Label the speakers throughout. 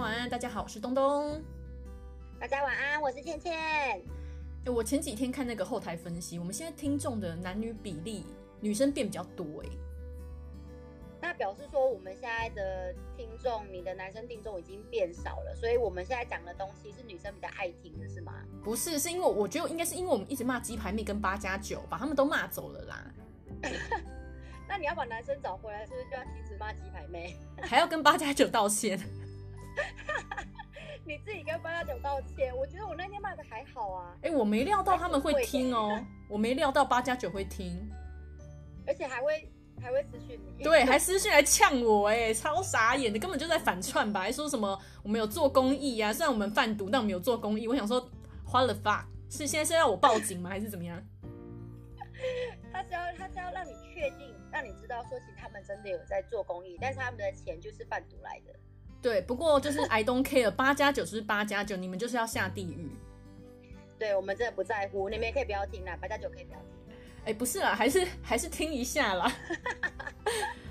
Speaker 1: 晚安，大家好，我是东东。
Speaker 2: 大家晚安，我是倩倩。
Speaker 1: 诶哎我前几天看那个后台分析，我们现在听众的男女比例，女生变比较多哎、
Speaker 2: 那表示说我们现在的听众，你的男生听众已经变少了，所以我们现在讲的东西是女生比较爱听的，是吗？
Speaker 1: 不是，是因为我觉得应该是因为我们一直骂鸡排妹跟八加九，把他们都骂走了啦，
Speaker 2: 那你要把男生找回来，是不是就要停止骂鸡排 妹？
Speaker 1: 还要跟八加九道歉。
Speaker 2: 你自己跟八加九道歉。我觉得我那天骂的还好啊，
Speaker 1: 哎、我没料到他们会听哦，我没料到八加九会听，
Speaker 2: 而且还会还会私讯你。
Speaker 1: 对，还私信来呛我哎、超傻眼的，根本就在反串吧，还说什么我们有做公益啊，虽然我们贩毒，但我们有做公益。我想说，花了 fuck，是现在是要我报警吗，还是怎么样？
Speaker 2: 他是要他是要让你确定，让你知道说其实他们真的有在做公益，但是他们的钱就是贩毒来的。
Speaker 1: 对，不过就是 I don't care，八加九就是八加九，你们就是要下地狱。
Speaker 2: 对我们真的不在乎，你们也可以不要听啦，八加九可以不要听。
Speaker 1: 哎，不是啦，还是还是听一下啦。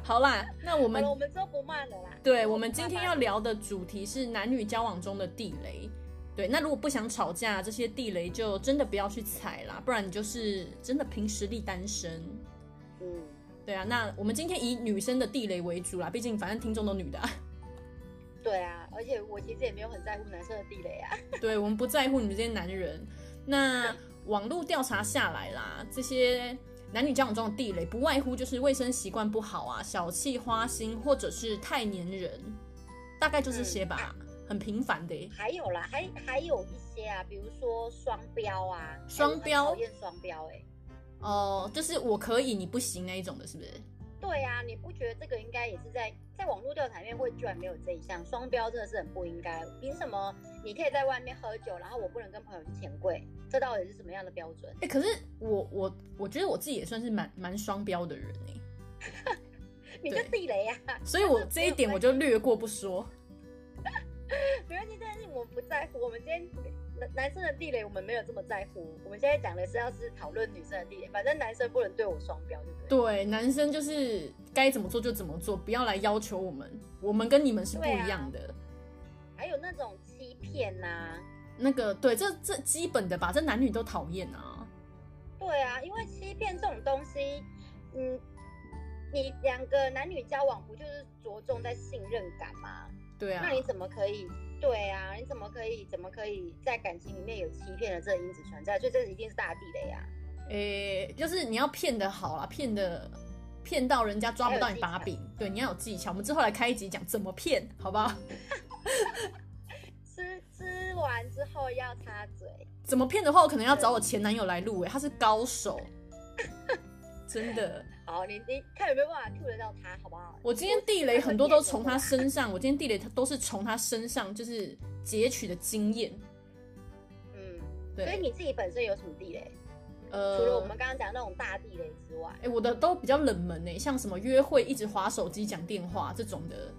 Speaker 1: 好啦，那我
Speaker 2: 我
Speaker 1: 们
Speaker 2: 了，我们都不骂了啦。
Speaker 1: 对我们今天要聊的主题是男女交往中的地雷。对，那如果不想吵架，这些地雷就真的不要去踩啦，不然你就是真的凭实力单身。
Speaker 2: 嗯，
Speaker 1: 对啊，那我们今天以女生的地雷为主啦，毕竟反正听众都女的、啊。
Speaker 2: 对啊，而且我其实也没有很在乎男生的地雷 啊。
Speaker 1: 对，我们不在乎你们这些男人。那网络调查下来啦，这些男女交往中的地雷，不外乎就是卫生习惯不好啊，小气、花心，或者是太粘人，大概就是这些吧，很频繁的耶。欸
Speaker 2: 还有啦，还还有一些啊，比如说双标啊，
Speaker 1: 双标
Speaker 2: 哎我很讨厌双标哎、
Speaker 1: 哦、就是我可以，你不行那一种的，是不是？
Speaker 2: 对啊，你不觉得这个应该也是在在网络调查里面会居然没有这一项双标，真的是很不应该。凭什么你可以在外面喝酒，然后我不能跟朋友去钱柜？这到底是什么样的标准？
Speaker 1: 哎、可是我我我觉得我自己也算是蛮蛮双标的人哎、
Speaker 2: 你就地雷啊！
Speaker 1: 所以我这一点我就略过不说。
Speaker 2: 没关系，这件事情我们不在乎。我们今天男男生的地雷，我们没有这么在乎。我们现在讲的是要是讨论女生的地雷，反正男生不能对我双标，对不对？
Speaker 1: 对，男生就是该怎么做就怎么做，不要来要求我们，我们跟你们是不一样的。
Speaker 2: 还有那种欺骗呐、
Speaker 1: 那个对，这这基本的吧，这男女都讨厌啊。
Speaker 2: 对啊，因为欺骗这种东西，嗯，你两个男女交往不就是着重在信任感吗？
Speaker 1: 对啊
Speaker 2: 那，你怎么可以？对啊，你怎么可以？怎么可以在感情里面有欺骗的这个因子存在？所以这一定是大地雷啊！
Speaker 1: 诶、就是你要骗的好啦，骗的骗到人家抓不到你把柄，对，你要有技巧。我们之后来开一集讲怎么骗，好 不好？
Speaker 2: 吃吃完之后要擦嘴，
Speaker 1: 怎么骗的话，我可能要找我前男友来录，欸诶，他是高手， 真的。
Speaker 2: 好，你你看有没有办法 Q 得到他，好不好？
Speaker 1: 我今天地雷很多都从他身上，我今天地雷他都是从他身上就是截取的经验。
Speaker 2: 嗯，
Speaker 1: 对，
Speaker 2: 所以你自己本身有什么地雷？
Speaker 1: 呃，
Speaker 2: 除了我们刚刚讲那种大地雷之外
Speaker 1: 哎、，我的都比较冷门呢、欸像什么约会一直划手机、讲电话这种的，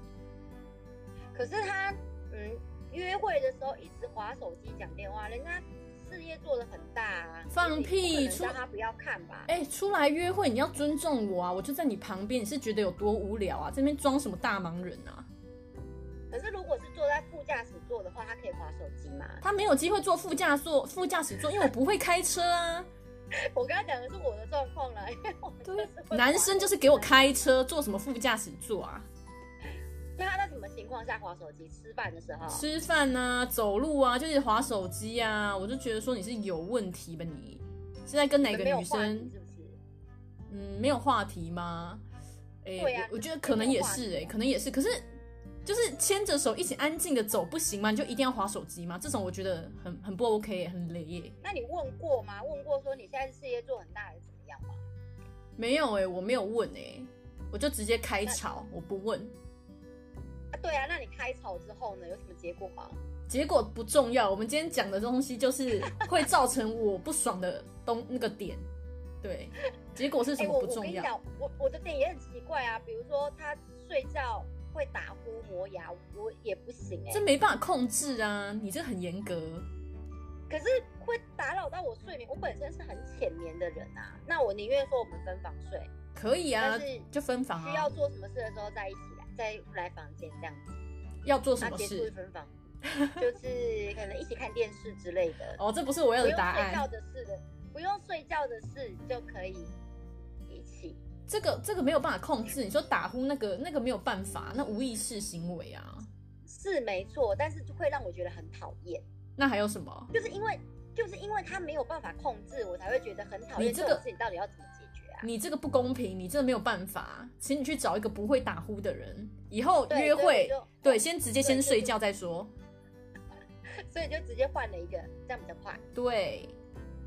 Speaker 2: 可是他嗯，约会的时候一直划手机讲电话，人家事业做的很大啊，
Speaker 1: 放屁
Speaker 2: 你不可
Speaker 1: 出
Speaker 2: 能叫他不要看吧？
Speaker 1: 哎、出来约会你要尊重我啊，我就在你旁边，你是觉得有多无聊啊？这边装什么大忙人啊？
Speaker 2: 可是如果是坐在副驾驶座的话，他可以划手机吗？
Speaker 1: 他没有机会坐副驾座、副驾驶座，因为我不会开车啊。
Speaker 2: 我刚刚讲的是我的状况啦，因为我就是会滑
Speaker 1: 男生就是给我。开车，坐什么副驾驶座啊？
Speaker 2: 那他在什么情况下划手机？吃饭的时候？
Speaker 1: 吃饭啊，走路啊，就是划手机啊，我就觉得说你是有问题吧你？是在跟哪个
Speaker 2: 没有
Speaker 1: 女
Speaker 2: 话题
Speaker 1: 生？
Speaker 2: 是不是？
Speaker 1: 嗯，没有话题吗？哎、
Speaker 2: 对啊
Speaker 1: 我我觉得
Speaker 2: 就是
Speaker 1: 可能也
Speaker 2: 没有
Speaker 1: 是
Speaker 2: 话
Speaker 1: 哎、
Speaker 2: 题啊
Speaker 1: 可能也是，可是就是牵着手一起安静的走不行吗？你就一定要划手机吗？这种我觉得很很不 OK，耶、很雷耶、
Speaker 2: 那你问过吗？问过说你现在事业做很大，怎么样吗？
Speaker 1: 没有哎、我没有问哎、我就直接开吵，我不问，
Speaker 2: 啊，对啊，那你开吵之后呢，有什么结果吗？
Speaker 1: 结果不重要。我们今天讲的东西就是 会造成我不爽的东那个点，对，结果是什
Speaker 2: 哎，
Speaker 1: 么
Speaker 2: 我
Speaker 1: 不
Speaker 2: 我
Speaker 1: 重
Speaker 2: 跟你
Speaker 1: 要。
Speaker 2: 讲，我我的点也很奇怪啊，比如说他睡觉会打呼磨牙，我也不行哎、
Speaker 1: 这没办法控制啊！你这很严格，
Speaker 2: 可是会打扰到我睡眠，我本身是很浅眠的人啊，那我宁愿说我们分房睡，
Speaker 1: 可以啊
Speaker 2: 但是，
Speaker 1: 就分房啊。
Speaker 2: 需要做什么事的时候再一起来，再来房间这样子。
Speaker 1: 要做什
Speaker 2: 那
Speaker 1: 么
Speaker 2: 结束一
Speaker 1: 事？
Speaker 2: 分房，就是可能一起看电视之类 的，
Speaker 1: 哦，这不是我要
Speaker 2: 不
Speaker 1: 的
Speaker 2: 用
Speaker 1: 答
Speaker 2: 睡觉
Speaker 1: 案。
Speaker 2: 的事的，不用睡觉的事就可以一起。
Speaker 1: 这个这个没有办法控制。你说打呼那个那个没有办法，那无意识行为啊。
Speaker 2: 是没错，但是就会让我觉得很讨厌，
Speaker 1: 那还有什么？
Speaker 2: 就是因为就是因为他没有办法控制，我才会觉得很讨厌。
Speaker 1: 你这个
Speaker 2: 种事情到底要怎么解决啊？
Speaker 1: 你这个不公平，你真的没有办法，请你去找一个不会打呼的人，以后
Speaker 2: 对
Speaker 1: 约会
Speaker 2: 所以我就哦
Speaker 1: 对，先直接先
Speaker 2: 对就是
Speaker 1: 睡觉再说。
Speaker 2: 所以就直接换了一个，这样比较快。
Speaker 1: 对，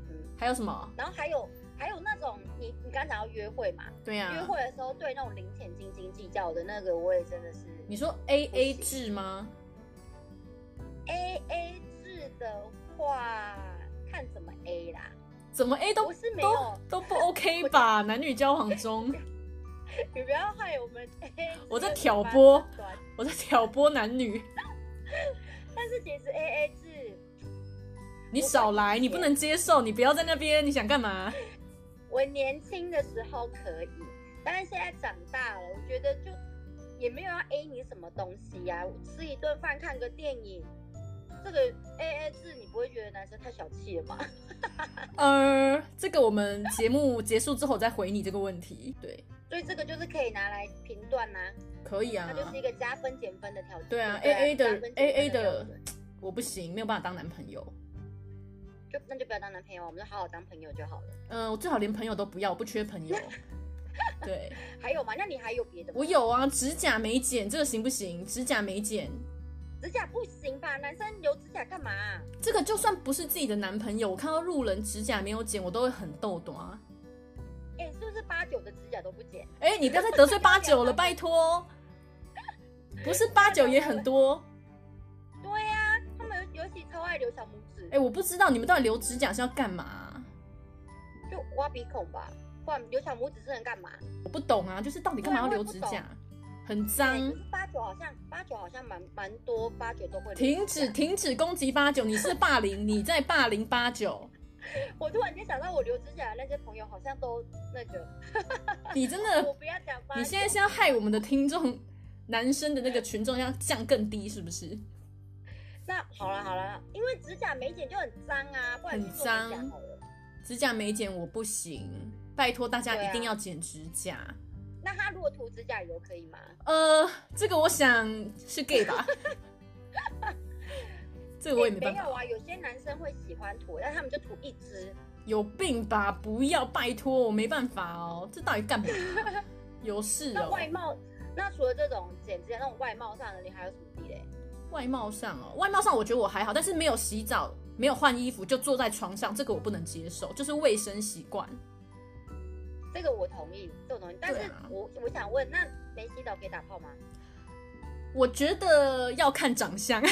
Speaker 2: 嗯，
Speaker 1: 还有什么？
Speaker 2: 然后还有还有那种你你刚讲到约会嘛，
Speaker 1: 对
Speaker 2: 约
Speaker 1: 呀、啊，
Speaker 2: 会的时候对那种零钱斤斤计较的那个，我也真的是
Speaker 1: 你说 A A
Speaker 2: 不行
Speaker 1: 制吗？
Speaker 2: A A 制的话，看怎么 A 啦，
Speaker 1: 怎么 A 都
Speaker 2: 我是没
Speaker 1: 都
Speaker 2: 有，
Speaker 1: 都不 OK 吧？男女交往中，
Speaker 2: 你不要害我们 A，
Speaker 1: 我在挑拨
Speaker 2: 这个发展
Speaker 1: 我在挑拨男女，
Speaker 2: 但是其实 A A 制，
Speaker 1: 你少来，你不能接受，你不要在那边，你想干嘛？
Speaker 2: 我年轻的时候可以，但是现在长大了，我觉得就也没有要 A 你什么东西呀、我吃一顿饭，看个电影，这个 A A 制，你不会觉得男生太小气了吗？
Speaker 1: 呃，这个我们节目结束之后再回你这个问题。对，
Speaker 2: 所以这个就是可以拿来评断呐、
Speaker 1: 可以啊
Speaker 2: 它，就是一个加分减分的条件。
Speaker 1: 对啊
Speaker 2: 不
Speaker 1: AA 的
Speaker 2: 加分减
Speaker 1: AA
Speaker 2: 分
Speaker 1: 的
Speaker 2: 标准
Speaker 1: 我不行，没有办法当男朋友。
Speaker 2: 就那就不要当男朋友，我们就好好当朋友就好了。
Speaker 1: 嗯，我最好连朋友都不要，我不缺朋友。 对，
Speaker 2: 还有吗？那你还有别的吗？
Speaker 1: 我有啊，指甲没剪，这个行不行？指甲没剪，
Speaker 2: 指甲不行吧？男生留指甲干嘛、
Speaker 1: 这个就算不是自己的男朋友，我看到路人指甲没有剪，我都会很逗短。
Speaker 2: 哎、是不是八九的指甲都不剪？
Speaker 1: 哎、你不要再得罪八 九了，拜托。不是八九也很多，
Speaker 2: 对呀、他们尤其超爱留小拇指，
Speaker 1: 哎、我不知道你们到底留指甲是要干嘛，
Speaker 2: 就挖鼻孔吧。不然留小拇指是能干嘛？
Speaker 1: 我不懂啊，就是到底干嘛要留指
Speaker 2: 对
Speaker 1: 甲
Speaker 2: 啊，
Speaker 1: 很
Speaker 2: 对，
Speaker 1: 脏
Speaker 2: 哎可。是八九好像八九好像蛮蛮多八九都会留
Speaker 1: 停
Speaker 2: 指
Speaker 1: 止
Speaker 2: 甲。
Speaker 1: 停止攻击八九，你是霸凌， 你在霸凌八九，
Speaker 2: 我突然间想到，我留指甲的那些朋友好像都那 个。
Speaker 1: 你真的
Speaker 2: 我不要讲八九。
Speaker 1: 你现在是要害我们的听众男生的那个群众要降更低，是不是？
Speaker 2: 那好了好了，因为指甲没剪就很脏啊，不然你去做指
Speaker 1: 很
Speaker 2: 甲
Speaker 1: 脏
Speaker 2: 好了。
Speaker 1: 指甲没剪我不行，拜托大家
Speaker 2: 对啊
Speaker 1: 一定要剪指甲。
Speaker 2: 啊那他如果涂指甲油可以吗？
Speaker 1: 呃，这个我想是 gay 吧，这个我也没办
Speaker 2: 没有
Speaker 1: 法，
Speaker 2: 啊，有些男生会喜欢涂，但他们就涂一支。
Speaker 1: 有病吧？不要，拜托，我没办法哦，这到底干嘛？有事
Speaker 2: 那
Speaker 1: 哦，
Speaker 2: 外貌，那除了这种剪指甲那种外貌上的，你还有什么地雷？
Speaker 1: 外貌上哦，外貌上我觉得我还好，但是没有洗澡、没有换衣服就坐在床上，这个我不能接受，就是卫生习惯。
Speaker 2: 这个我同意，这种东西。但
Speaker 1: 对
Speaker 2: 是
Speaker 1: 啊
Speaker 2: 我、我想问，那没洗澡可以打炮吗？
Speaker 1: 我觉得要看长相，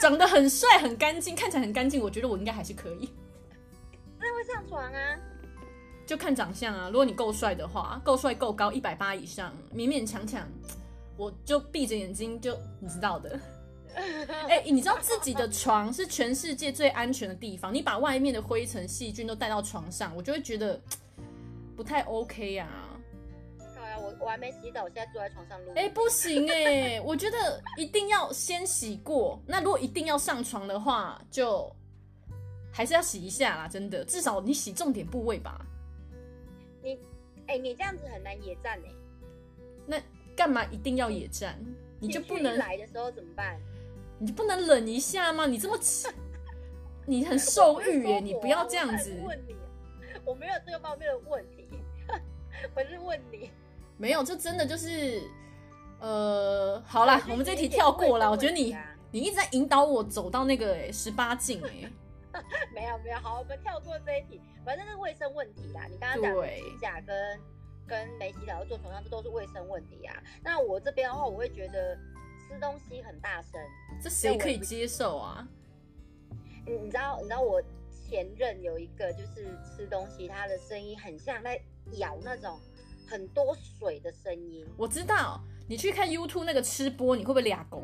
Speaker 1: 长得很帅、很干净，看起来很干净，我觉得我应该还是可以。
Speaker 2: 那会上床啊？
Speaker 1: 就看长相啊，如果你够帅的话，够帅够高，一百八以上，勉勉强强，我就闭着眼睛就你知道的。哎、你知道自己的床是全世界最安全的地方，你把外面的灰尘、细菌都带到床上，我就会觉得不太 OK 啊。
Speaker 2: 好呀、我我还没洗澡，我现在坐在床上录。
Speaker 1: 哎、不行哎、我觉得一定要先洗过。那如果一定要上床的话，就还是要洗一下啦，真的，至少你洗重点部位吧。
Speaker 2: 哎、你这样子很难野战哎、
Speaker 1: 那干嘛一定要野战？你就
Speaker 2: 情绪
Speaker 1: 不
Speaker 2: 一
Speaker 1: 能，
Speaker 2: 来的时候怎么办？
Speaker 1: 你就不能忍一下吗？你这么气，你很受欲耶、
Speaker 2: 我
Speaker 1: 你
Speaker 2: 不
Speaker 1: 不
Speaker 2: 是说我啊
Speaker 1: 要这样子
Speaker 2: 我。是问你，我没有这个方面的问题， 我是问你。
Speaker 1: 没有，这真的就是，呃，好啦，
Speaker 2: 就是
Speaker 1: 我们这题
Speaker 2: 一点
Speaker 1: 跳过啦。我
Speaker 2: 卫
Speaker 1: 觉
Speaker 2: 生
Speaker 1: 得
Speaker 2: 问题
Speaker 1: 你
Speaker 2: 啊
Speaker 1: 你一直在引导我走到那个十八禁哎、
Speaker 2: 没有没有，好，我们跳过这一题，反正是卫生问题啊啦。你刚刚讲的
Speaker 1: 对
Speaker 2: 指甲跟跟没洗澡做床上，这都是卫生问题啊。那我这边的话，我会觉得吃东西很大声。
Speaker 1: 这谁可以接受啊？
Speaker 2: 你你知道你知道我前任有一个就是吃东西，他的声音很像在咬那种很多水的声音。
Speaker 1: 我知道，你去看 YouTube 那个吃播，你会不会俩拱？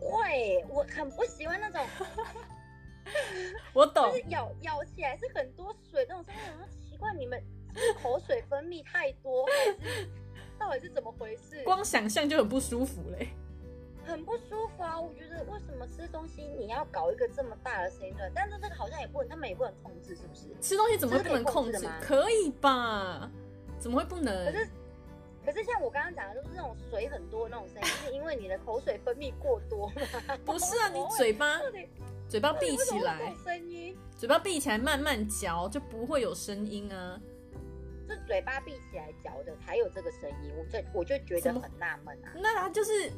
Speaker 2: 会，我很不喜欢那种
Speaker 1: 我懂
Speaker 2: 就，是咬咬起来是很多水那种声音，然后奇怪你们是不是口水分泌太多，还是到到底是怎么回事？
Speaker 1: 光想象就很不舒服嘞。
Speaker 2: 很不舒服啊！我觉得为什么吃东西你要搞一个这么大的声音段？但是这个好像也不能，他们也不能控制，是不是？
Speaker 1: 吃东西怎么会不能控
Speaker 2: 这
Speaker 1: 制
Speaker 2: 是可以控制的吗？
Speaker 1: 可以吧？怎么会不能？
Speaker 2: 可是，可是像我刚刚讲的，就是那种水很多的那种声音，是因为你的口水分泌过多吗？
Speaker 1: 不是啊，你
Speaker 2: 我
Speaker 1: 嘴巴
Speaker 2: 到底
Speaker 1: 嘴巴
Speaker 2: 到底
Speaker 1: 闭
Speaker 2: 为什
Speaker 1: 起
Speaker 2: 么会有这
Speaker 1: 来
Speaker 2: 种，声音，
Speaker 1: 嘴巴闭起来慢慢嚼，就不会有声音啊。
Speaker 2: 就嘴巴闭起来嚼的才有这个声音，我就我就觉
Speaker 1: 怎么
Speaker 2: 得很纳闷啊。
Speaker 1: 那他就是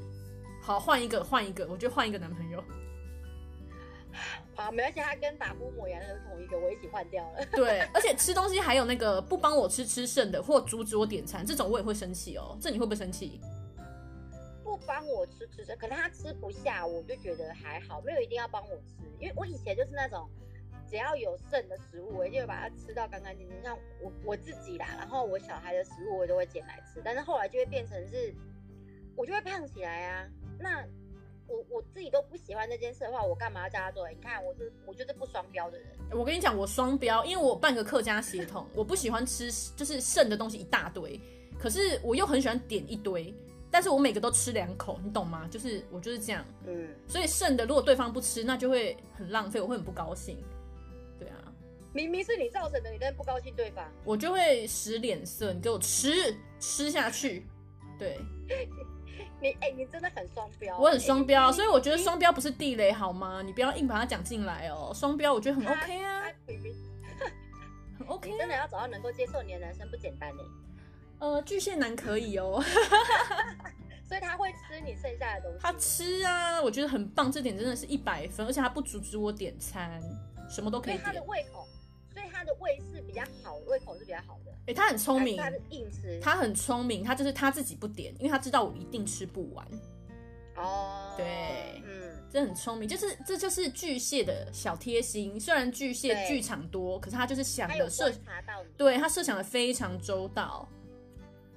Speaker 1: 好换一个换一个，我就换一个男朋友。
Speaker 2: 好，没关系，他跟打呼抹牙的是同一个，我一起换掉了。
Speaker 1: 对，而且吃东西还有那个不帮我吃吃剩的，或阻止我点餐，这种我也会生气哦。这你会不会生气？
Speaker 2: 不帮我吃吃吃，可能他吃不下，我就觉得还好，没有一定要帮我吃，因为我以前就是那种。只要有剩的食物，我一定会把它吃到干干净净。像我我自己啦，然后我小孩的食物我都会捡来吃，但是后来就会变成是，我就会胖起来啊。那我我自己都不喜欢这件事的话，我干嘛要叫他做？你看，我就是我就是不双标的人。
Speaker 1: 我跟你讲，我双标，因为我有半个客家血统，我不喜欢吃就是剩的东西一大堆，可是我又很喜欢点一堆，但是我每个都吃两口，你懂吗？就是我就是这样，
Speaker 2: 嗯，
Speaker 1: 所以剩的如果对方不吃，那就会很浪费，我会很不高兴。对啊，
Speaker 2: 明明是你造成的，你但不高兴对方。
Speaker 1: 我就会使脸色，你给我吃吃下去。对
Speaker 2: 你哎、你真的很双标。
Speaker 1: 我很双标，啊
Speaker 2: 哎
Speaker 1: 所以我觉得
Speaker 2: 你
Speaker 1: 双标不是地雷好吗？你不要硬把它讲进来哦。双标我觉得很
Speaker 2: 他
Speaker 1: OK 啊
Speaker 2: 他，明明
Speaker 1: 很 OK
Speaker 2: 你
Speaker 1: 啊
Speaker 2: 真的要找到能够接受你的男生不简单欸呢，
Speaker 1: 呃，巨蟹男可以哦。
Speaker 2: 所以他会吃你剩下的东西。
Speaker 1: 他吃啊，我觉得很棒，这点真的是一百分，而且他不阻止我点餐，什么都可
Speaker 2: 所
Speaker 1: 以
Speaker 2: 以他的
Speaker 1: 点。
Speaker 2: 胃口，所以他的胃是比较好，胃口是比较好的。哎
Speaker 1: 诶，他很聪明，
Speaker 2: 还是他是硬吃。
Speaker 1: 他很聪明，他就是他自己不点，因为他知道我一定吃不完，
Speaker 2: 哦，
Speaker 1: 对
Speaker 2: 嗯，
Speaker 1: 这很聪明，就是这就是巨蟹的小贴心。虽然巨蟹
Speaker 2: 对
Speaker 1: 剧场多，可是他就是想
Speaker 2: 他有
Speaker 1: 的设，
Speaker 2: 观察到你，
Speaker 1: 对他设想的非常周到。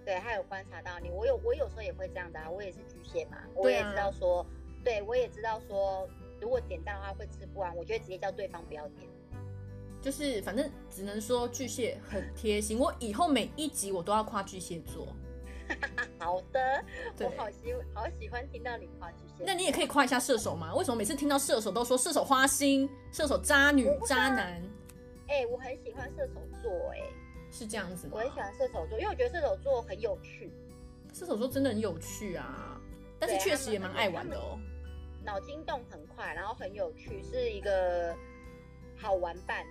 Speaker 2: 对，他有观察到你。我有，我有时候也会这样的、啊，我也是巨蟹嘛，我
Speaker 1: 对
Speaker 2: 也
Speaker 1: 啊
Speaker 2: 知道说，对我也知道说，如果点到的话会吃不完，我就会直接叫对方不要点。
Speaker 1: 就是反正只能说巨蟹很贴心，我以后每一集我都要夸巨蟹座。
Speaker 2: 好的，
Speaker 1: 对
Speaker 2: 我，好喜好喜欢听到你夸巨蟹。
Speaker 1: 那你也可以夸一下射手嘛？为什么每次听到射手都说射手花心、射手渣女
Speaker 2: 我、不知道
Speaker 1: 渣男？
Speaker 2: 哎、我很喜欢射手座、哎。
Speaker 1: 是这样子吗？
Speaker 2: 我很喜欢射手座，因为我觉得射手座很有趣，
Speaker 1: 射手座真的很有趣啊，但是
Speaker 2: 对
Speaker 1: 确
Speaker 2: 他
Speaker 1: 实
Speaker 2: 们
Speaker 1: 也蛮爱玩的哦。
Speaker 2: 脑筋动很快，然后很有趣，是一个好玩伴。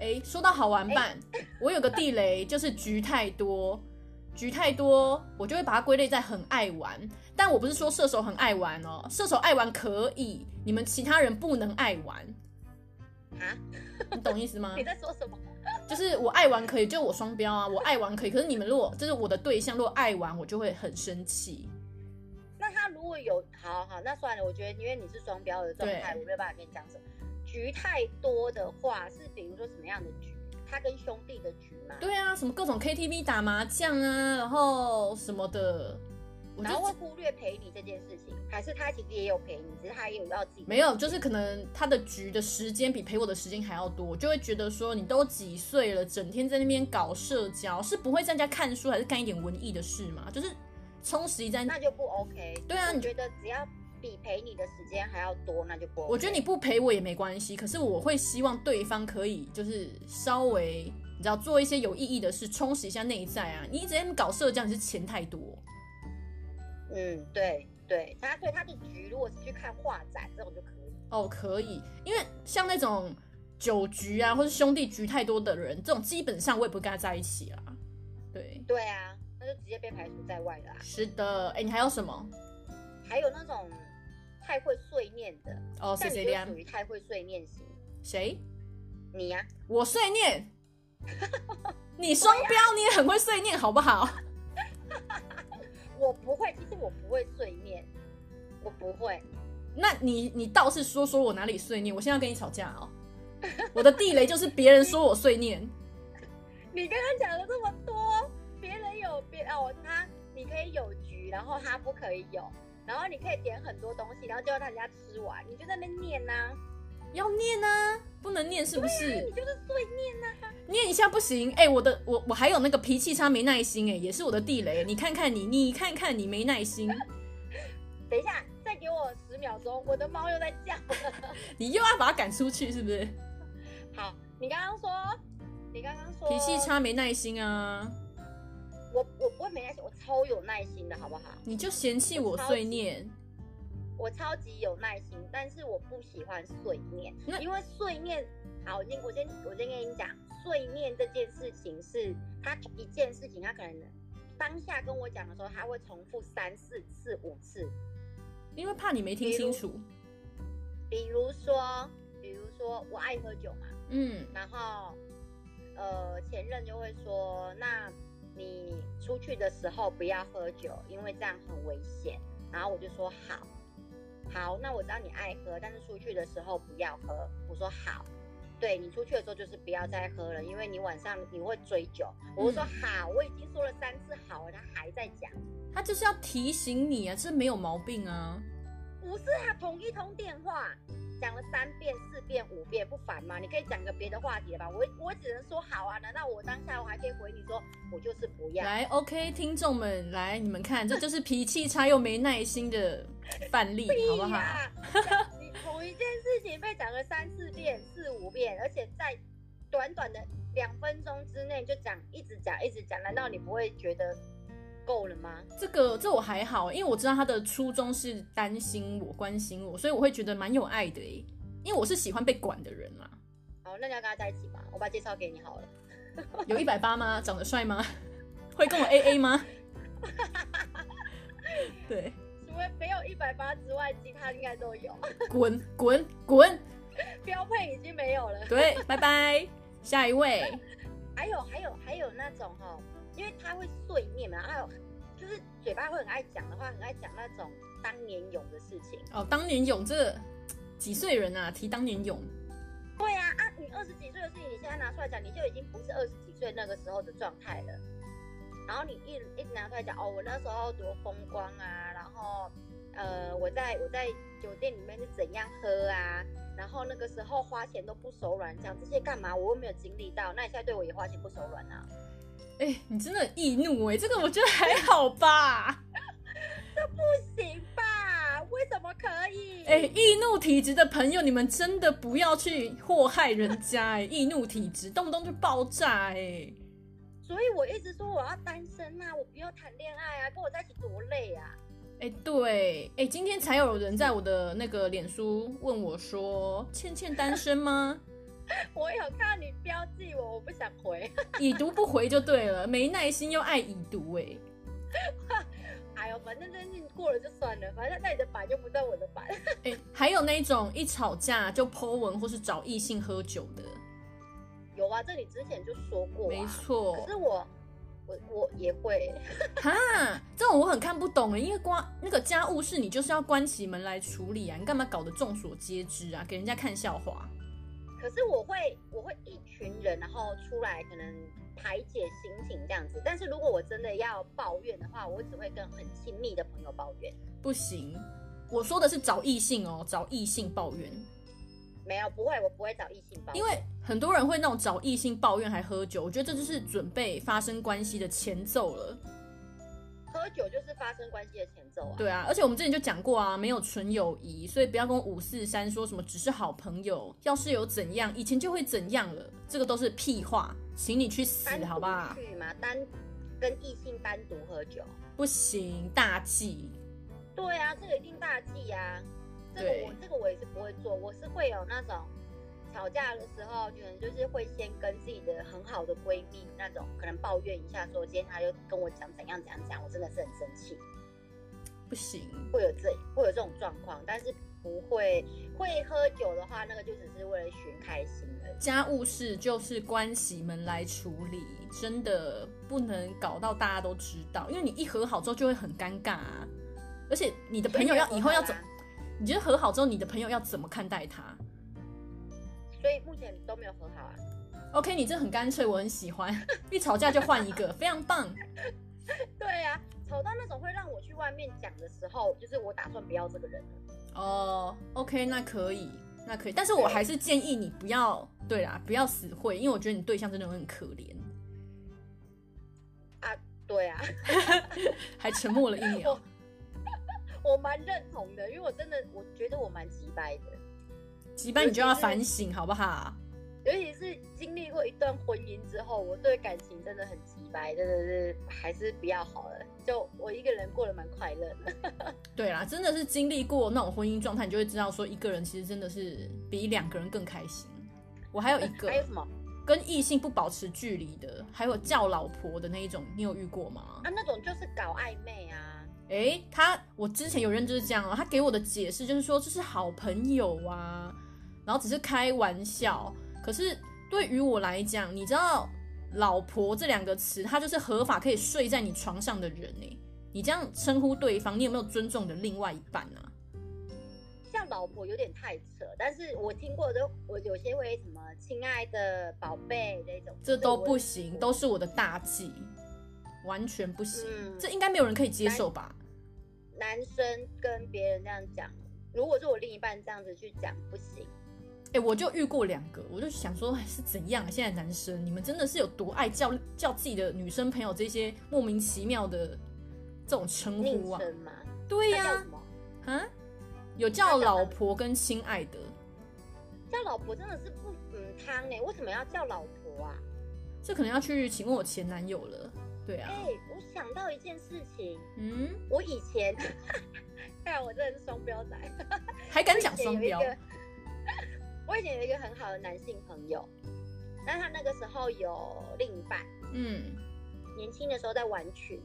Speaker 1: 哎，说到好玩伴，我有个地雷就是局太多，局太多，我就会把它归类在很爱玩。但我不是说射手很爱玩哦，射手爱玩可以，你们其他人不能爱玩
Speaker 2: 啊？？
Speaker 1: 你懂意思吗
Speaker 2: 你在说什么？
Speaker 1: 就是我爱玩可以，就我双标啊，我爱玩可以。可是你们如果就是我的对象，如果爱玩，我就会很生气。
Speaker 2: 那他如果有，好好，那算了，我觉得因为你是双标的状态，
Speaker 1: 对
Speaker 2: 我没有办法跟你讲什么。局太多的话，是比如说什么样的局？他跟兄弟的局嘛，
Speaker 1: 对啊，什么各种 KTV 打麻将啊，然后什么的，我就
Speaker 2: 然后会忽略陪你这件事情，还是他其实也有陪你，只是他也有要自己
Speaker 1: 没有，就是可能他的局的时间比陪我的时间还要多，我就会觉得说你都几岁了，整天在那边搞社交，是不会在家看书，还是干一点文艺的事嘛？就是充实一下。
Speaker 2: 那就不 OK。
Speaker 1: 对啊
Speaker 2: 我
Speaker 1: 你
Speaker 2: 觉得只要比陪你的时间还要多，那就不 OK。
Speaker 1: 我觉得你不陪我也没关系，可是我会希望对方可以就是稍微你知道做一些有意义的事，充实一下内在啊。你一直在那边搞社交，你是钱太多。
Speaker 2: 嗯，对对，他对他的局如果是去看画展这种就可以。
Speaker 1: 哦，可以，因为像那种酒局啊，或是兄弟局太多的人，这种基本上我也不会跟他在一起啦。对，
Speaker 2: 对啊，那就直接被排除在外了、啊。
Speaker 1: 是的。哎，你还有什么？
Speaker 2: 还有那种太会碎念的，
Speaker 1: 哦，谁
Speaker 2: 像
Speaker 1: 谁
Speaker 2: 你就
Speaker 1: 亮
Speaker 2: 属？于太会碎念型。
Speaker 1: 谁？
Speaker 2: 你呀、
Speaker 1: 我碎 念。你双标，你也很会碎念，好不好？
Speaker 2: 我不会，其实我不会碎念，我不会。
Speaker 1: 那你你倒是说说我哪里碎念，我现在要跟你吵架哦。我的地雷就是别人说我碎念，
Speaker 2: 你刚刚讲了这么多，别人有别哦，他你可以有局，然后他不可以有，然后你可以点很多东西，然后就让人家吃完，你就在那边念呐、哎
Speaker 1: 要念啊，不能念是不
Speaker 2: 你
Speaker 1: 是？
Speaker 2: 就是罪孽呐、
Speaker 1: 念一下不行，哎、我的我我还有那个脾气差没耐心、哎，也是我的地雷。你看看你，你看看你没耐心，
Speaker 2: 等一下，再给我十秒钟，我的猫又在叫。
Speaker 1: 你又要把它赶出去，是不是？
Speaker 2: 啊好，你刚刚说，你刚刚说
Speaker 1: 脾气，差没耐心啊，
Speaker 2: 我我不会没耐心，我超有耐心的好不好？
Speaker 1: 你就嫌弃我碎念，
Speaker 2: 我超级有耐心，但是我不喜欢碎念
Speaker 1: 那，
Speaker 2: 因为碎念，好，我先我先我先跟你讲，碎念这件事情是他一件事情，他可能当下跟我讲的时候，他会重复三四次、五次。
Speaker 1: 因为怕你没听清楚。
Speaker 2: 比如说，比如说我爱喝酒嘛，
Speaker 1: 嗯，
Speaker 2: 然后呃前任就会说，那你出去的时候不要喝酒，因为这样很危险。然后我就说好，好，那我知道你爱喝，但是出去的时候不要喝。我说好，对你出去的时候就是不要再喝了，因为你晚上你会追酒。我就说好，我已经说了三次好了，他还在讲。
Speaker 1: 他就是要提醒你啊，这没有毛病啊。
Speaker 2: 不是啊，同一通电话讲了三遍、四遍、五遍，不烦吗？你可以讲个别的话题了吧？我我只能说好啊，难道我当下我还可以回你说我就是不要？
Speaker 1: 来，OK，听众们，来，你们看，这就是脾气差又没耐心的范例，好不好？
Speaker 2: 呀、啊讲你同一件事情被讲了三四遍、四五遍，而且在短短的两分钟之内就讲，一直讲、一直讲，难道你不会觉得够了吗？
Speaker 1: 这个这我还好，因为我知道他的初衷是担心我、关心我，所以我会觉得蛮有爱的诶。因为我是喜欢被管的人啊嘛。
Speaker 2: 好，那你要跟他在一起吧，我把他介绍给你好了。
Speaker 1: 有一百八吗？长得帅吗？ 会跟我 A A 吗？ 对，
Speaker 2: 除了没有一百八之外，其他应该都有，
Speaker 1: 滚滚滚！
Speaker 2: 标配已经没有了。
Speaker 1: 对，拜拜。下一位，
Speaker 2: 还有还有还有那种哈、哦，因为他会碎念嘛，还有就是嘴巴会很爱讲的话，很爱讲那种当年勇的事情。
Speaker 1: 哦，当年勇这几岁人啊？提当年勇，
Speaker 2: 对呀、啊，你二十几岁的事情，你现在拿出来讲，你就已经不是二十几岁那个时候的状态了。然后你一一直拿出来讲，哦，我那时候多风光啊，然后呃，我在我在酒店里面是怎样喝啊，然后那个时候花钱都不手软，讲这些干嘛？我又没有经历到，那你现在对我也花钱不手软啊？
Speaker 1: 哎、你真的很易怒哎、这个我觉得还好吧。
Speaker 2: 不行吧？为什么可以？
Speaker 1: 哎、易怒体质的朋友，你们真的不要去祸害人家哎、易怒体质动不动就爆炸哎、
Speaker 2: 所以我一直说我要单身啊，我不要谈恋爱啊，跟我在一起多累啊！
Speaker 1: 哎、对，哎、今天才有人在我的那个脸书问我说：“倩倩单身 吗？
Speaker 2: 我有看到你标记我，我不想回。
Speaker 1: 已读不回就对了，没耐心又爱已读、哎，
Speaker 2: 哎呦，反正这件事情过了就算了，反正那你的版就不在我的版。
Speaker 1: 哎、还有那种一吵架就 Po 文或是找异性喝酒的，
Speaker 2: 有啊，这你之前就说过、啊，
Speaker 1: 没。错
Speaker 2: 可是我，我我也会，
Speaker 1: 哈，这种我很看不懂哎、因为关那个家务事你就是要关起门来处理啊，你干嘛搞得众所皆知啊，给人家看笑话？
Speaker 2: 可是我会，我会一群人，然后出来可能排解心情这样子。但是如果我真的要抱怨的话，我只会跟很亲密的朋友抱怨。
Speaker 1: 不行，我说的是找异性哦，找异性抱怨，
Speaker 2: 没有，不会，我不会找异性抱
Speaker 1: 因
Speaker 2: 怨。
Speaker 1: 为很多人会那种找异性抱怨还喝酒，我觉得这就是准备发生关系的前奏了。
Speaker 2: 喝酒就是发生关系的前奏啊。
Speaker 1: 对啊，而且我们之前就讲过啊，没有纯友谊，所以不要跟五四三说什么只是好朋友，要是有怎样，以前就会怎样了，这个都是屁话，请你去死
Speaker 2: 单独
Speaker 1: 好吧？
Speaker 2: 去嘛，单跟异性单独喝酒。
Speaker 1: 不行，大忌。
Speaker 2: 对啊，这个一定大忌啊。这个
Speaker 1: 对
Speaker 2: 我这个我也是不会做，我是会有那种吵架的时候，可能就是会先跟自己的很好的闺蜜那种，可能抱怨一下说今天她又跟我讲怎样怎样怎样，我真的是很生气，
Speaker 1: 不行，
Speaker 2: 会有这会有这种状况，但是不会会喝酒的话，那个就只是为了寻开心而已。
Speaker 1: 家务事就是关起门来处理，真的不能搞到大家都知道，因为你一和好之后就会很尴尬、啊，而且你的朋友要以后要怎，你觉得和好之后你的朋友要怎么看待他
Speaker 2: 所以目前都没有和好啊。
Speaker 1: ？OK，你这很干脆，我很喜欢， 一吵架就换一个，非常棒。
Speaker 2: 对啊，吵到那种会让我去外面讲的时候，就是我打算不要这个人了。
Speaker 1: 哦、o k 那可以。那可以，但是我还是建议你不要，对啦，不要死会，因为我觉得你对象真的很可怜。
Speaker 2: 对啊，
Speaker 1: 还沉默了一秒。
Speaker 2: 我蛮认同的，因为我真的我觉得我蛮急掰的，
Speaker 1: 急班你就要反省，好不好？
Speaker 2: 尤其是经历过一段婚姻之后，我对感情真的很急掰，真的是还是比较好了。就我一个人过得蛮快乐的，
Speaker 1: 对啦，真的是经历过那种婚姻状态，你就会知道说，一个人其实真的是比两个人更开心。我还有一个
Speaker 2: 还有什么
Speaker 1: 跟异性不保持距离的，还有叫老婆的那一种，你有遇过吗？
Speaker 2: 啊？那种就是搞暧昧啊，
Speaker 1: 诶，他我之前有认就是这样哦，他给我的解释就是说这是好朋友啊，然后只是开玩笑。可是对于我来讲，你知道“老婆”这两个词，它就是合法可以睡在你床上的人呢。你这样称呼对方，你有没有尊重你的另外一半啊？
Speaker 2: 像老婆有点太扯，但是我听过的，我有些会什么亲爱的宝贝那种，
Speaker 1: 这都
Speaker 2: 我
Speaker 1: 不行，都是我的大忌，完全不行。
Speaker 2: 嗯
Speaker 1: 这应该没有人可以接受吧？
Speaker 2: 男生跟别人这样讲，如果是我另一半这样子去讲，不行。
Speaker 1: 哎、我就遇过两个，我就想说哎是怎样、啊？现在男生你们真的是有多爱叫叫自己的女生朋友这些莫名其妙的这种称
Speaker 2: 昵
Speaker 1: 呼啊？
Speaker 2: 称嘛，
Speaker 1: 对
Speaker 2: 那
Speaker 1: 呀、
Speaker 2: 叫什么？
Speaker 1: 啊，有叫老婆跟亲爱的，
Speaker 2: 叫老婆真的是不嗯汤哎，为什么要叫老婆啊？
Speaker 1: 这可能要去请问我前男友了。对啊
Speaker 2: 哎、，我想到一件事情，
Speaker 1: 嗯，
Speaker 2: 我以前， 看我真的是双标仔，
Speaker 1: 还敢讲双标
Speaker 2: 我以前有一个， 我以前有一个很好的男性朋友，但他那个时候有另一半，
Speaker 1: 嗯，
Speaker 2: 年轻的时候在玩群，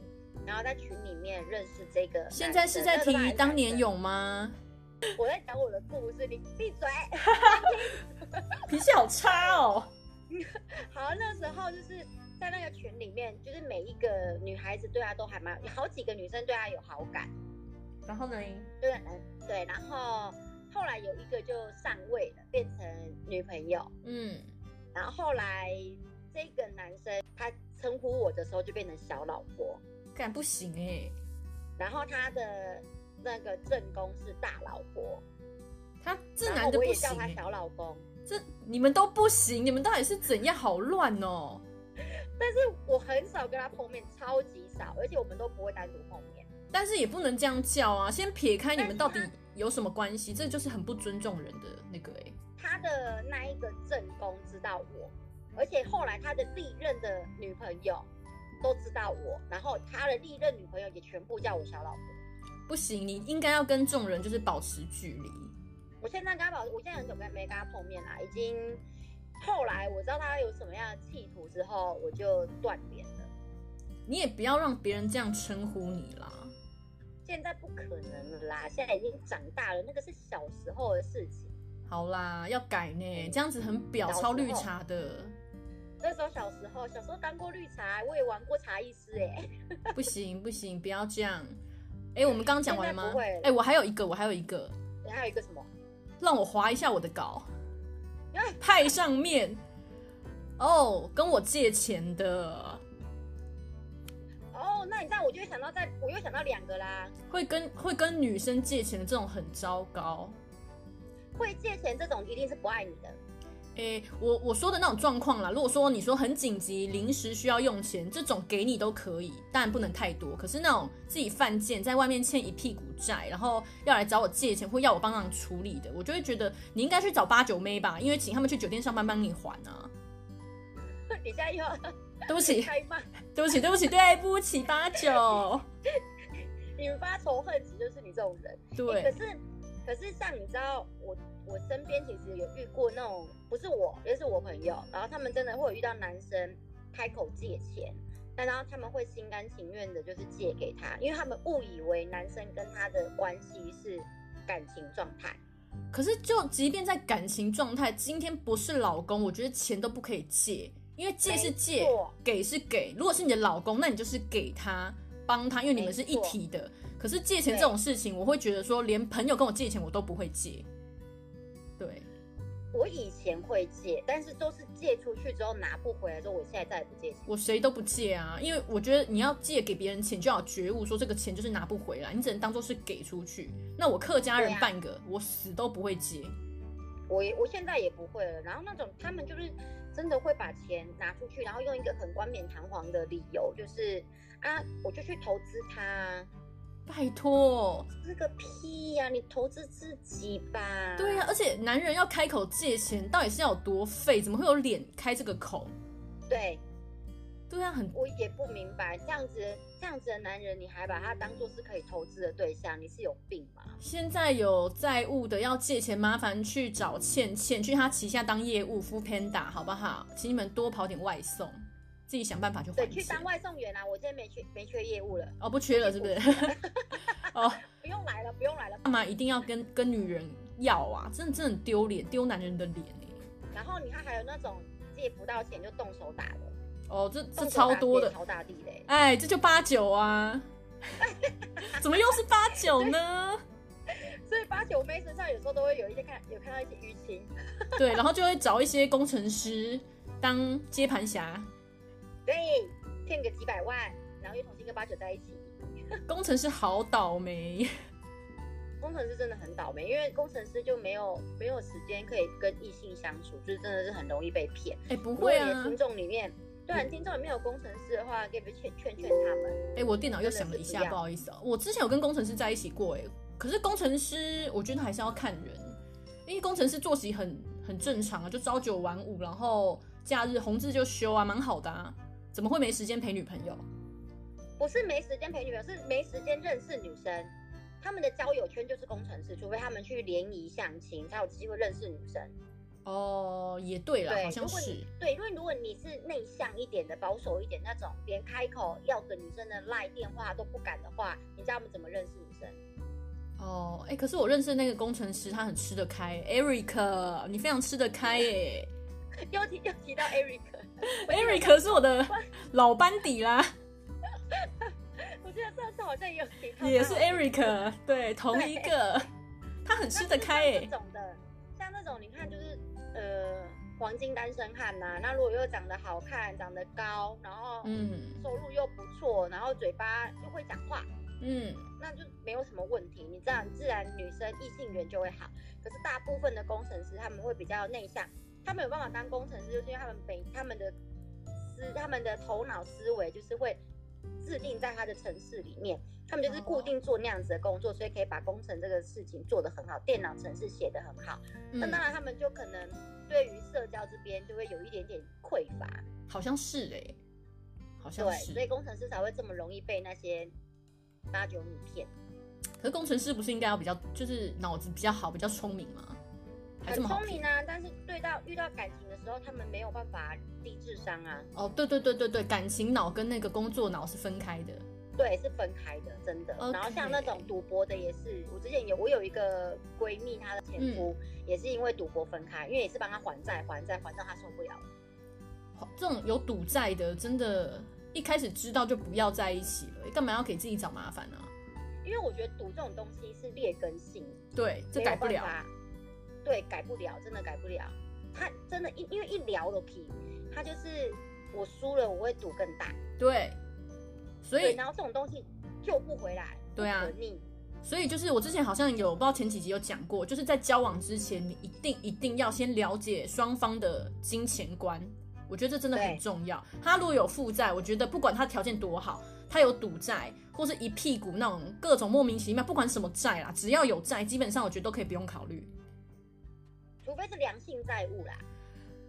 Speaker 2: 然后在群里面认识这个男生，
Speaker 1: 现在是在
Speaker 2: 那个时候还
Speaker 1: 提
Speaker 2: 是
Speaker 1: 当年
Speaker 2: 男生
Speaker 1: 勇吗？
Speaker 2: 我在讲我的故事，你闭嘴。
Speaker 1: 脾气好差哦。
Speaker 2: 好，那时候就是在那个群里面，就是每一个女孩子对他都还蛮，有好几个女生对他有好感，
Speaker 1: 然后呢？
Speaker 2: 对嗯对，然后后来有一个就上位了，变成女朋友，
Speaker 1: 嗯，
Speaker 2: 然后后来这个男生他称呼我的时候就变成小老婆，
Speaker 1: 干不行哎、
Speaker 2: 然后他的那个正宫是大老婆，
Speaker 1: 他这
Speaker 2: 然
Speaker 1: 男
Speaker 2: 后
Speaker 1: 的
Speaker 2: 我
Speaker 1: 不
Speaker 2: 也叫
Speaker 1: 行、
Speaker 2: 他
Speaker 1: 欸。
Speaker 2: 小老公，
Speaker 1: 这你们都不行，你们到底是怎样？好乱哦！
Speaker 2: 但是我很少跟他碰面，超级少，而且我们都不会单独碰面。
Speaker 1: 但是也不能这样叫啊！先撇开你
Speaker 2: 但
Speaker 1: 们
Speaker 2: 是
Speaker 1: 到
Speaker 2: 他
Speaker 1: 底有什么关系，这就是很不尊重人的那个哎、
Speaker 2: 他的那一个正宫知道我，而且后来他的历任的女朋友都知道我，然后他的历任女朋友也全部叫我小老婆。
Speaker 1: 不行，你应该要跟这种人就是保持距离。
Speaker 2: 我现在跟他保，我现在很久没没跟他碰面啦，已经后来我知道他有什么样的企图之后，我就断联了。
Speaker 1: 你也不要让别人这样称呼你啦。
Speaker 2: 现在不可能了啦，现在已经长大了，那个是小时候的事情。
Speaker 1: 好啦，要改呢，
Speaker 2: 嗯
Speaker 1: 这样子很表
Speaker 2: 小时候
Speaker 1: 超绿茶的，
Speaker 2: 那时候小时候，小时候当过绿茶，我也玩过茶艺师、哎，
Speaker 1: 不行不行，不要这 样。哎、我们刚刚讲完了吗
Speaker 2: 现在不？会
Speaker 1: 哎、我还有一个，我还有一个，
Speaker 2: 你还有一个什么？
Speaker 1: 让我划一下我的稿
Speaker 2: 啊，
Speaker 1: 派上面哦，跟我借钱的，
Speaker 2: 哦，那你这样我就会想到在，我又想到两个啦。
Speaker 1: 会跟会跟女生借钱的这种很糟糕。
Speaker 2: 会借钱这种一定是不爱你的，
Speaker 1: 诶，我我说的那种状况啦，如果说你说很紧急、临时需要用钱，这种给你都可以，但不能太多。可是那种自己犯贱，在外面欠一屁股债，然后要来找我借钱，或要我帮忙处理的，我就会觉得你应该去找八九妹吧，因为请他们去酒店上班帮你还啊。
Speaker 2: 你现在又要
Speaker 1: 对不起，
Speaker 2: 开骂，
Speaker 1: 对不起，对不起，对不起，八九。
Speaker 2: 引发仇恨值就是你这种人。欸可
Speaker 1: 对，
Speaker 2: 是可是像你知道，我我身边其实有遇过那种，不是我，也是我朋友，然后他们真的会有遇到男生开口借钱，但然后他们会心甘情愿的，就是借给他，因为他们误以为男生跟他的关系是感情状态。
Speaker 1: 可是就即便在感情状态，今天不是老公，我觉得钱都不可以借，因为借是借
Speaker 2: 没错，
Speaker 1: 给是给。如果是你的老公，那你就是给他帮他，因为你们是一体的。可是借钱这种事情，我会觉得说，连朋友跟我借钱我都不会借。对，
Speaker 2: 我以前会借，但是都是借出去之后拿不回来之后，我现在再也不借钱。
Speaker 1: 我谁都不借啊，因为我觉得你要借给别人钱，就要有觉悟说这个钱就是拿不回来，你只能当做是给出去。那我客家人
Speaker 2: 对啊
Speaker 1: 半个，我死都不会借。
Speaker 2: 我也我现在也不会了。然后那种他们就是真的会把钱拿出去，然后用一个很冠冕堂皇的理由，就是啊，我就去投资它啊，
Speaker 1: 拜托，
Speaker 2: 这个屁呀、你投资自己吧。
Speaker 1: 对啊呀、而且男人要开口借钱，到底是要有多废？怎么会有脸开这个口？
Speaker 2: 对，
Speaker 1: 对啊，很
Speaker 2: 我也不明白这样子这样子的男人，你还把他当做是可以投资的对象，你是有病吗？
Speaker 1: 现在有债务的要借钱，麻烦去找倩倩，去她旗下当业务，Food Panda 好不好？请你们多跑点外送，自己想办法去
Speaker 2: 对，
Speaker 1: 还
Speaker 2: 去
Speaker 1: 钱
Speaker 2: 当。外送员啊！我现在没缺没缺业务了，
Speaker 1: 哦，不缺了，是不是？ 哦，
Speaker 2: 不用来了，不用来了。
Speaker 1: 干嘛一定要跟跟女人要啊？真的真的很丢脸，丢男人的脸欸
Speaker 2: 然后你看还有那种借不到钱就动手打的，
Speaker 1: 哦，这这
Speaker 2: 动手
Speaker 1: 超
Speaker 2: 打
Speaker 1: 多
Speaker 2: 可以
Speaker 1: 的，
Speaker 2: 超大力嘞。
Speaker 1: 哎，这就八九啊， 怎么又是八九呢？
Speaker 2: 所以八九妹身上有时候都会有一些看有看到一些淤青，
Speaker 1: 对，然后就会找一些工程师当接盘侠，
Speaker 2: 对，骗个几百万，然后又重新跟八九在一起。
Speaker 1: 工程师好倒霉。
Speaker 2: 工程师真的很倒霉，因为工程师就没有没有时间可以跟异性相处，就是真的是很容易被骗。
Speaker 1: 哎、不
Speaker 2: 不
Speaker 1: 会
Speaker 2: 如果你
Speaker 1: 啊
Speaker 2: 的，听众里面，对，啊你听众里面有工程师的话，可以不可以劝劝劝他们？
Speaker 1: 哎、我电脑又响了一
Speaker 2: 真
Speaker 1: 下，
Speaker 2: 的是不一样
Speaker 1: 不好意思哦、我之前有跟工程师在一起过、哎，可是工程师我觉得还是要看人，因为工程师作息很很正常啊，就朝九晚五，然后假日红字就休啊，蛮好的啊，怎么会没时间陪女朋友？
Speaker 2: 不是没时间陪女朋友，是没时间认识女生。他们的交友圈就是工程师，除非他们去联谊相亲，才有机会认识女生。
Speaker 1: 哦，也对了，
Speaker 2: 对，
Speaker 1: 好像
Speaker 2: 如果
Speaker 1: 是
Speaker 2: 你。对，因为如果你是内向一点的、保守一点那种，连开口要个女生的赖电话都不敢的话，你知道他们怎么认识女生？
Speaker 1: 哦，哎、可是我认识的那个工程师，他很吃得开，Eric，你非常吃得开耶
Speaker 2: 又提又提到 Eric，我记得
Speaker 1: ，Eric 是我的老班底 啦，
Speaker 2: 我记得上次好像也有提到他，
Speaker 1: 也是 Eric，对，同一个，他很吃得开欸
Speaker 2: 那就是
Speaker 1: 耶
Speaker 2: 像这。种的，像那种你看就是呃黄金单身汉呐、那如果又长得好看、长得高，然后
Speaker 1: 嗯
Speaker 2: 收入又不错，然后嘴巴又会讲话，
Speaker 1: 嗯，
Speaker 2: 那就没有什么问题，你这样自然女生异性缘就会好。可是大部分的工程师他们会比较内向，他们有办法当工程师，就是因为他们每他们的思他们的头脑思维就是会制定在他的城市里面，他们就是固定做那样子的工作，所以可以把工程这个事情做得很好，电脑程式写得很好。那
Speaker 1: 嗯
Speaker 2: 当然他们就可能对于社交这边就会有一点点匮乏，
Speaker 1: 好像是哎，好像
Speaker 2: 对，
Speaker 1: 是
Speaker 2: 所。以工程师才会这么容易被那些八九女骗。
Speaker 1: 可是工程师不是应该要比较，就是脑子比较好，比较聪明吗？还
Speaker 2: 很
Speaker 1: 这么好
Speaker 2: 聪明
Speaker 1: 骗？
Speaker 2: 啊，但是对到遇到感情的时候，他们没有办法低智商啊，
Speaker 1: 哦，对对对对对，感情脑跟那个工作脑是分开的。
Speaker 2: 对，是分开的，真的。
Speaker 1: OK
Speaker 2: 然后像那种赌博的也是，我之前有我有一个闺蜜，她的前夫、也是因为赌博分开，因为也是帮她还债，还债还到她受不了。
Speaker 1: 这种有赌债的，真的，一开始知道就不要在一起了，干嘛要给自己找麻烦呢、啊？
Speaker 2: 因为我觉得赌这种东西是劣根性，
Speaker 1: 对，这改不
Speaker 2: 没有
Speaker 1: 了
Speaker 2: 办。法，对，改不了，真的改不了。他真的，因因为一聊了皮，他就是我输了，我会赌更大，
Speaker 1: 对，所
Speaker 2: 对，
Speaker 1: 以
Speaker 2: 然后这种东西救不回来，
Speaker 1: 对啊
Speaker 2: 不可逆。
Speaker 1: 所以就是我之前好像有不知道前几集有讲过，就是在交往之前，你一定一定要先了解双方的金钱观，我觉得这真的很
Speaker 2: 对
Speaker 1: 重要。他如果有负债，我觉得不管他条件多好，他有赌债或是一屁股那种各种莫名其妙，不管什么债啦，只要有债，基本上我觉得都可以不用考虑。
Speaker 2: 除非是良性债务啦，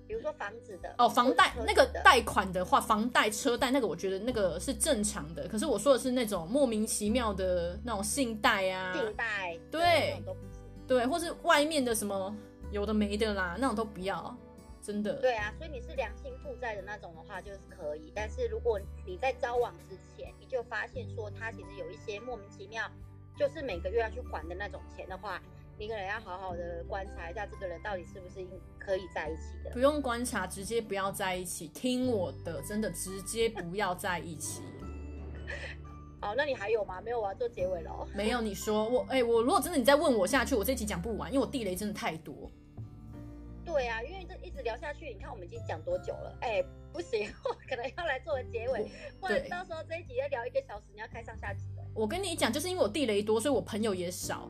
Speaker 2: 比如说房子的
Speaker 1: 哦，房贷
Speaker 2: 或者
Speaker 1: 那
Speaker 2: 是
Speaker 1: 个
Speaker 2: 车子的
Speaker 1: 贷款的话，房贷、车贷那个，我觉得那个是正常的。可是我说的是那种莫名其妙的那种信贷啊，
Speaker 2: 信贷，
Speaker 1: 对
Speaker 2: 这种都不是
Speaker 1: 对，或是外面的什么有的没的啦，那种都不要，真的。
Speaker 2: 对啊，所以你是良性负债的那种的话，就是可以。但是如果你在交往之前，你就发现说他其实有一些莫名其妙，就是每个月要去还的那种钱的话，你可能要好好的观察一下这个人到底是不是可以在一起的。
Speaker 1: 不用观察，直接不要在一起。听我的，真的直接不要在一起。
Speaker 2: 哦，那你还有吗？没有，我要做结尾哦喽。
Speaker 1: 没有你说我，哎、我如果真的你再问我下去，我这集讲不完，因为我地雷真的太多。
Speaker 2: 对啊，因为这一直聊下去，你看我们已经讲多久了？哎，不行， 我可能要来做个结尾，不然到时候这一集要聊一个小时，你要开上下集了。
Speaker 1: 我跟你讲，就是因为我地雷多，所以我朋友也少，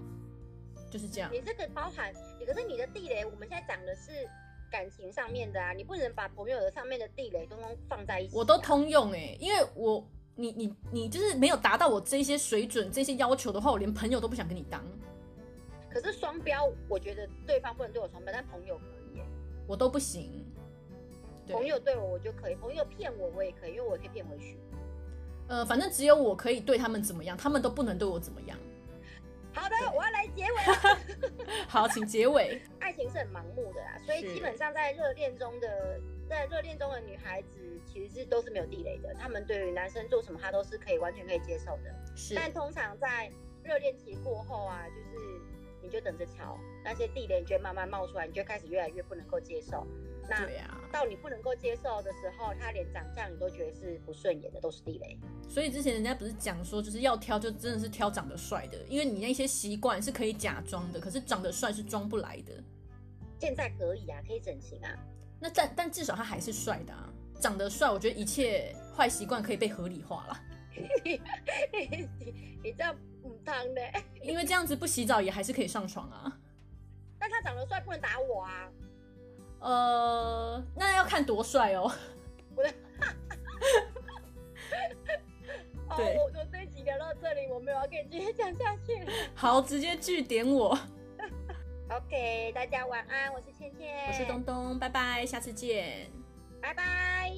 Speaker 1: 就是这样
Speaker 2: 你。这个包含可是你的地雷，我们现在讲的是感情上面的啊，你不能把朋友的上面的地雷通通放在一起啊、
Speaker 1: 我都通用哎、因为我你你你就是没有达到我这些水准、这些要求的话，我连朋友都不想跟你当，
Speaker 2: 可是双标，我觉得对方不能对我双标，但朋友可以耶、
Speaker 1: 我都不行。对
Speaker 2: 朋友对我我就可以，朋友骗我我也可以，因为我也可以骗回去。
Speaker 1: 呃，反正只有我可以对他们怎么样，他们都不能对我怎么样。
Speaker 2: 好的，我要来结尾了。
Speaker 1: 好，请结尾。
Speaker 2: 爱情是很盲目的啦，所以
Speaker 1: 是
Speaker 2: 基本上在热恋中的，在热恋中的女孩子其实是都是没有地雷的，她们对于男生做什么，她都是可以完全可以接受的。
Speaker 1: 是，
Speaker 2: 但通常在热恋期过后啊，就是你就等着瞧，那些地雷你就会慢慢冒出来，你就开始越来越不能够接受。那
Speaker 1: 对啊。
Speaker 2: 到你不能够接受的时候，他连长相你都觉得是不顺眼的，都是地雷。
Speaker 1: 所以之前人家不是讲说，就是要挑，就真的是挑长得帅的，因为你那些习惯是可以假装的，可是长得帅是装不来的。
Speaker 2: 现在可以啊，可以整形啊，
Speaker 1: 那但但至少他还是帅的啊，长得帅，我觉得一切坏习惯可以被合理化啦，
Speaker 2: 你你这样母汤的。
Speaker 1: 因为这样子不洗澡也还是可以上床啊。
Speaker 2: 但他长得帅不能打我啊！
Speaker 1: 呃，那要看多帅哦。
Speaker 2: 哦，
Speaker 1: 对
Speaker 2: 我我这一集聊到这里，我没有要跟你继续讲下 去。
Speaker 1: 好，直接据点我，
Speaker 2: OK，大家晚安，我是倩倩，
Speaker 1: 我是东，东，拜拜，下次见。
Speaker 2: 拜拜。